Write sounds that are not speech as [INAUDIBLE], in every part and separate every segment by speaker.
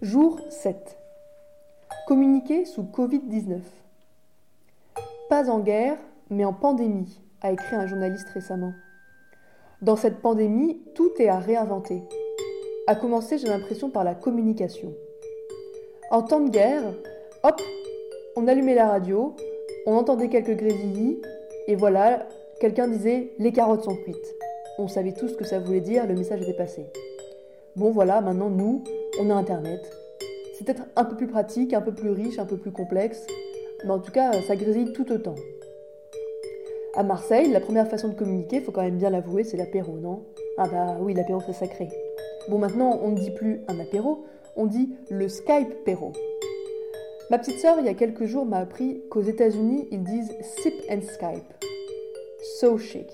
Speaker 1: Jour 7. Communiqué sous Covid-19. Pas en guerre, mais en pandémie, a écrit un journaliste récemment. Dans cette pandémie, tout est à réinventer. À commencer, j'ai l'impression, par la communication. En temps de guerre, hop, on allumait la radio, on entendait quelques grésillis, et voilà, quelqu'un disait Les carottes sont cuites. On savait tous ce que ça voulait dire, le message était passé. Bon voilà, maintenant nous, on a Internet. C'est peut-être un peu plus pratique, un peu plus riche, un peu plus complexe, mais en tout cas, ça grésille tout autant. À Marseille, la première façon de communiquer, faut quand même bien l'avouer, c'est l'apéro, non Ah bah oui, l'apéro c'est sacré. Bon maintenant, on ne dit plus un apéro, on dit le Skype péro. Ma petite sœur, il y a quelques jours, m'a appris qu'aux États-Unis, ils disent sip and Skype. So chic.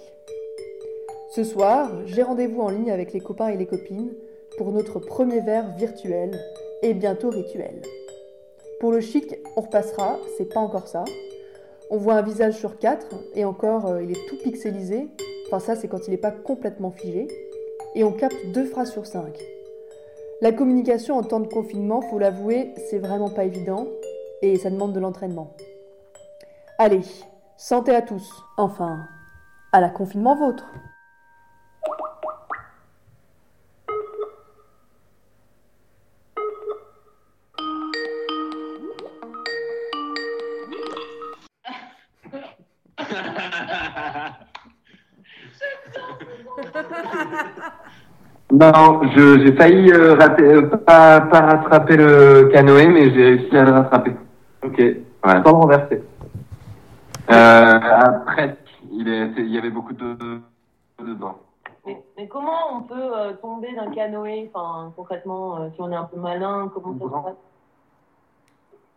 Speaker 1: Ce soir, j'ai rendez-vous en ligne avec les copains et les copines pour notre premier verre virtuel et bientôt rituel. Pour le chic, on repassera, c'est pas encore ça. On voit un visage sur quatre et encore euh, il est tout pixelisé, enfin ça c'est quand il n'est pas complètement figé, et on capte deux phrases sur cinq. La communication en temps de confinement, faut l'avouer, c'est vraiment pas évident et ça demande de l'entraînement. Allez, santé à tous, enfin, à la confinement vôtre.
Speaker 2: Non, je- j'ai failli euh, rater- euh, pas, pas rattraper le canoë, mais j'ai réussi à le rattraper.
Speaker 3: Ok,
Speaker 2: Voilà.
Speaker 3: sans le renverser.
Speaker 2: Euh, après, il, est, c'est- il y avait beaucoup de de- dedans.
Speaker 4: Mais, mais comment on peut euh, tomber d'un canoë enfin, Concrètement, euh, si on est un peu malin, comment ça se passe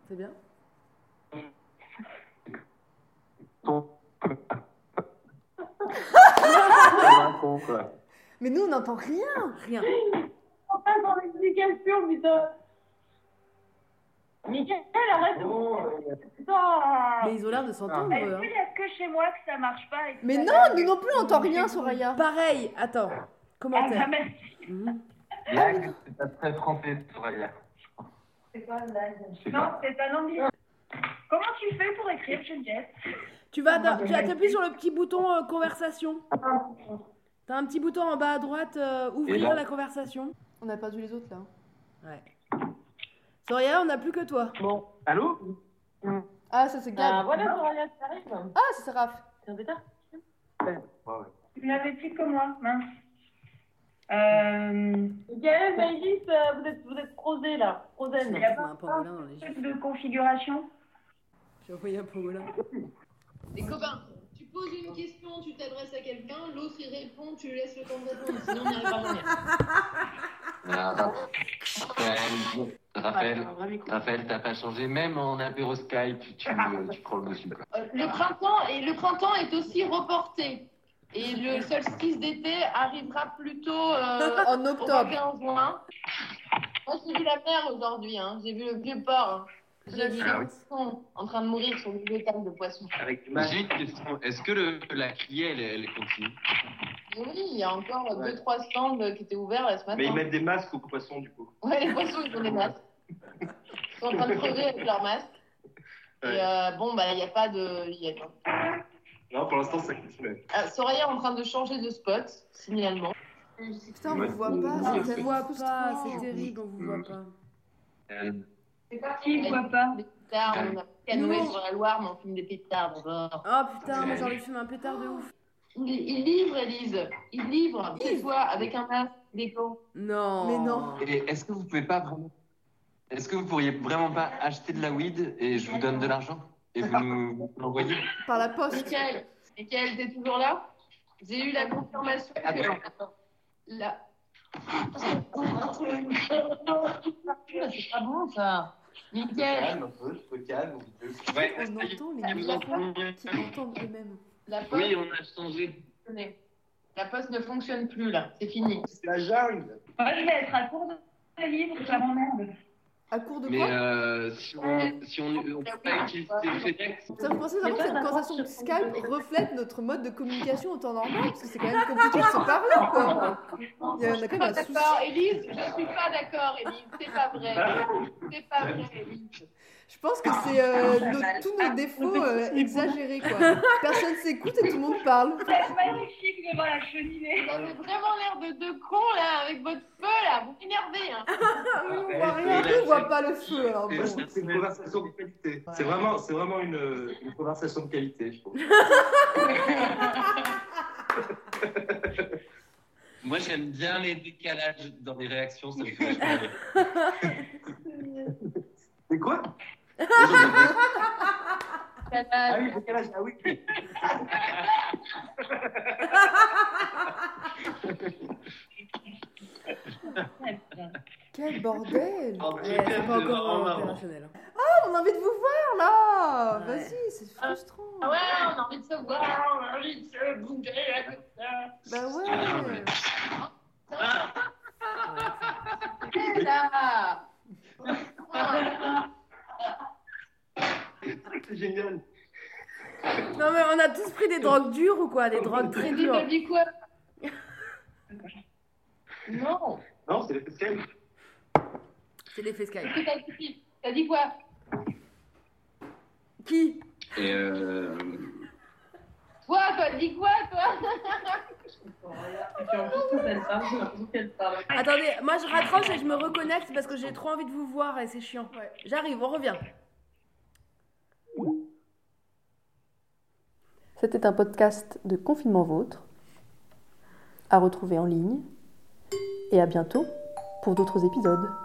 Speaker 1: C'est bien.
Speaker 2: Ton- con, quoi.
Speaker 1: Mais nous, on n'entend rien, rien.
Speaker 4: On passe en explication, putain Michael, arrête de
Speaker 2: Ah.
Speaker 4: Putain
Speaker 5: Mais ils ont l'air de s'entendre.
Speaker 6: Oh. Est-ce
Speaker 5: eux, hein.
Speaker 6: qu'il y a que chez moi que ça marche pas et que
Speaker 1: Mais
Speaker 6: ça
Speaker 1: non,
Speaker 6: marche
Speaker 1: nous non plus, on n'entend rien,
Speaker 6: Ah,
Speaker 1: Soraya.
Speaker 5: Pareil, attends,
Speaker 6: bah,
Speaker 4: Ah,
Speaker 5: commentaire.
Speaker 2: Ah,
Speaker 6: merci.
Speaker 5: Mhm.
Speaker 2: Bien que c'est pas très français, Soraya.
Speaker 6: C'est quoi, là, je-
Speaker 2: C'est
Speaker 6: Non,
Speaker 2: pas-
Speaker 6: c'est un anglais.
Speaker 4: Ah.
Speaker 6: Comment tu fais pour écrire, Geneviève
Speaker 5: Tu vas dans-
Speaker 2: Ah,
Speaker 5: tu appuies sur le petit bouton euh, conversation. T'as un petit bouton en bas à droite, euh,
Speaker 2: Et
Speaker 5: ouvrir
Speaker 2: là
Speaker 5: la conversation.
Speaker 1: On a perdu les autres là. hein.
Speaker 5: Ouais. Soria, on n'a plus que toi.
Speaker 4: Bon,
Speaker 3: Allô
Speaker 1: Ah, ça c'est
Speaker 4: bah,
Speaker 1: Gab.
Speaker 4: voilà, Soraya, ça arrive.
Speaker 1: Ah, ça c'est Raph.
Speaker 4: C'est un pétard.
Speaker 6: Tu n'avais plus que moi, mince. Euh,
Speaker 7: Ah.
Speaker 4: Michael, Maïlis, euh, vous êtes, vous êtes prosés, là. Prosen.
Speaker 5: J'ai envoyé un pangolin dans les
Speaker 6: truc
Speaker 5: gifs.
Speaker 6: de configuration.
Speaker 5: J'ai envoyé un pangolin.
Speaker 7: Les copains, tu poses une question, tu t'adresses à quelqu'un, l'autre il répond, tu lui laisses le temps de répondre, sinon on n'y arrive à rien.
Speaker 2: Ah, Raphaël, Raphaël, Raphaël, t'as pas changé, même en apéro Skype, tu, tu, tu prends le dessus. quoi.
Speaker 7: Euh, Le printemps, et le printemps est aussi reporté. Et le solstice d'été arrivera plutôt
Speaker 5: [LAUGHS]
Speaker 7: euh,
Speaker 1: En
Speaker 7: au
Speaker 1: octobre.
Speaker 7: 21 juin. Moi j'ai vu la mer aujourd'hui, hein. j'ai vu le vieux port. hein. J'ai vu
Speaker 2: Ah oui.
Speaker 7: les poissons en train de mourir sur une étale de poissons.
Speaker 3: Avec du mal.
Speaker 2: J'ai une question. Est-ce que le, la criée, elle, elle continue
Speaker 7: Mais oui, il y a encore
Speaker 3: Ouais.
Speaker 7: 2-3 stands qui étaient ouverts là ce matin.
Speaker 3: Mais ils mettent des masques aux poissons, du coup.
Speaker 7: Ouais, les poissons, ils ont des masques. Ils sont en train de crever avec leurs masques.
Speaker 3: Ouais.
Speaker 7: Et euh, bon, bah, il n'y a pas de. il Y a...
Speaker 3: Non, pour l'instant, ça continue.
Speaker 7: Ah, Soraya est en train de changer de spot, signalement.
Speaker 1: Putain, on vous voit pas.
Speaker 5: On
Speaker 1: c'est
Speaker 5: vous
Speaker 1: tellement
Speaker 5: voit pas,
Speaker 1: frustrant.
Speaker 5: c'est terrible, on vous voit pas.
Speaker 2: Euh,
Speaker 6: Qui ne voit pas
Speaker 7: Des pétards, on a un canoë
Speaker 5: Non.
Speaker 7: sur la Loire, mais on filme des pétards d'abord.
Speaker 5: Ah putain, moi j'ai envie de fumer un pétard de ouf.
Speaker 7: Ils il livrent, Elise. Ils livrent, cette fois, avec un masque déco.
Speaker 5: Non.
Speaker 1: Mais non.
Speaker 2: Et est-ce que vous pouvez pas vraiment. Est-ce que vous pourriez vraiment pas acheter de la weed et je vous donne de l'argent et vous nous vous l'envoyez
Speaker 1: Par la poste.
Speaker 7: Michael, Michael t'es toujours là J'ai eu la confirmation.
Speaker 2: Attends.
Speaker 7: Que... Là. C'est pas bon, ça.
Speaker 2: Ah.
Speaker 7: Michael,
Speaker 3: un peu, je te calme.
Speaker 2: Ouais,
Speaker 1: On
Speaker 2: ça y est.
Speaker 1: entend les microphones qui entendent eux-mêmes.
Speaker 7: la poste.
Speaker 3: Oui, on a changé.
Speaker 7: Tenez. La poste ne fonctionne plus là, c'est fini.
Speaker 3: C'est la jungle.
Speaker 6: Moi, je vais être à court de livres, ça m'emmerde.
Speaker 1: À court de
Speaker 2: Mais
Speaker 1: quoi
Speaker 2: euh, si on si on, on peut pas utiliser le FedEx,
Speaker 1: Ça me pensait
Speaker 4: Mais
Speaker 1: vraiment que cette
Speaker 4: toi,
Speaker 1: conversation
Speaker 4: t'as
Speaker 1: Skype reflète notre mode de communication en temps normal, parce que c'est quand même compliqué de [LAUGHS] se parler, quoi. Il y en a quand même
Speaker 7: Pas
Speaker 1: un souci.
Speaker 7: d'accord, Élise, je suis pas d'accord, Élise, c'est pas vrai. C'est pas vrai, Élise.
Speaker 1: Je pense que c'est euh, nos- tous nos défauts euh, exagérés, quoi. Personne s'écoute et tout le monde parle.
Speaker 6: Vous êtes magnifique devant la cheminée.
Speaker 7: Vous avez vraiment l'air de deux cons là, avec votre feu là, vous m'énervez. Hein.
Speaker 5: Ah, oui, on voit
Speaker 3: Ouais,
Speaker 5: rien.
Speaker 1: On voit pas le feu,
Speaker 5: Oh,
Speaker 1: alors bon.
Speaker 3: C'est c'est une conversation de qualité. C'est vraiment, c'est vraiment une, une conversation de qualité, je trouve.
Speaker 2: [LAUGHS] moi j'aime bien les décalages dans les réactions. Ça me fait vachement rire.
Speaker 3: [LAUGHS] C'est quoi Ah oui, le décalage, ah oui.
Speaker 1: Quel bordel
Speaker 3: Ah,
Speaker 2: En
Speaker 5: Ouais,
Speaker 2: tout cas,
Speaker 5: c'est pas
Speaker 2: c'est vraiment
Speaker 5: encore euh,
Speaker 2: marrant.
Speaker 5: opérationnel.
Speaker 1: Ah, On a envie de vous voir, là
Speaker 5: Ouais.
Speaker 1: Vas-y, c'est frustrant.
Speaker 7: Ah ouais, on a envie de se voir, Ah, on a envie de se bouger. là, comme ça.
Speaker 1: Bah ouais
Speaker 7: C'est là.
Speaker 3: C'est génial.
Speaker 5: Non, mais on a tous pris des drogues dures ou quoi Des drogues très
Speaker 7: Élise
Speaker 5: dures.
Speaker 7: elle dit quoi Non,
Speaker 3: Non, c'est l'effet Skype.
Speaker 5: C'est l'effet Skype.
Speaker 7: qu'est-ce que t'as dit T'as dit quoi
Speaker 5: Qui
Speaker 2: Et euh,
Speaker 7: Toi, t'as dit quoi toi
Speaker 5: Attendez, moi je raccroche et je me reconnecte parce que j'ai trop envie de vous voir et c'est chiant. J'arrive, on revient.
Speaker 1: C'était un podcast de Confinement Vôtre, à retrouver en ligne, et à bientôt pour d'autres épisodes.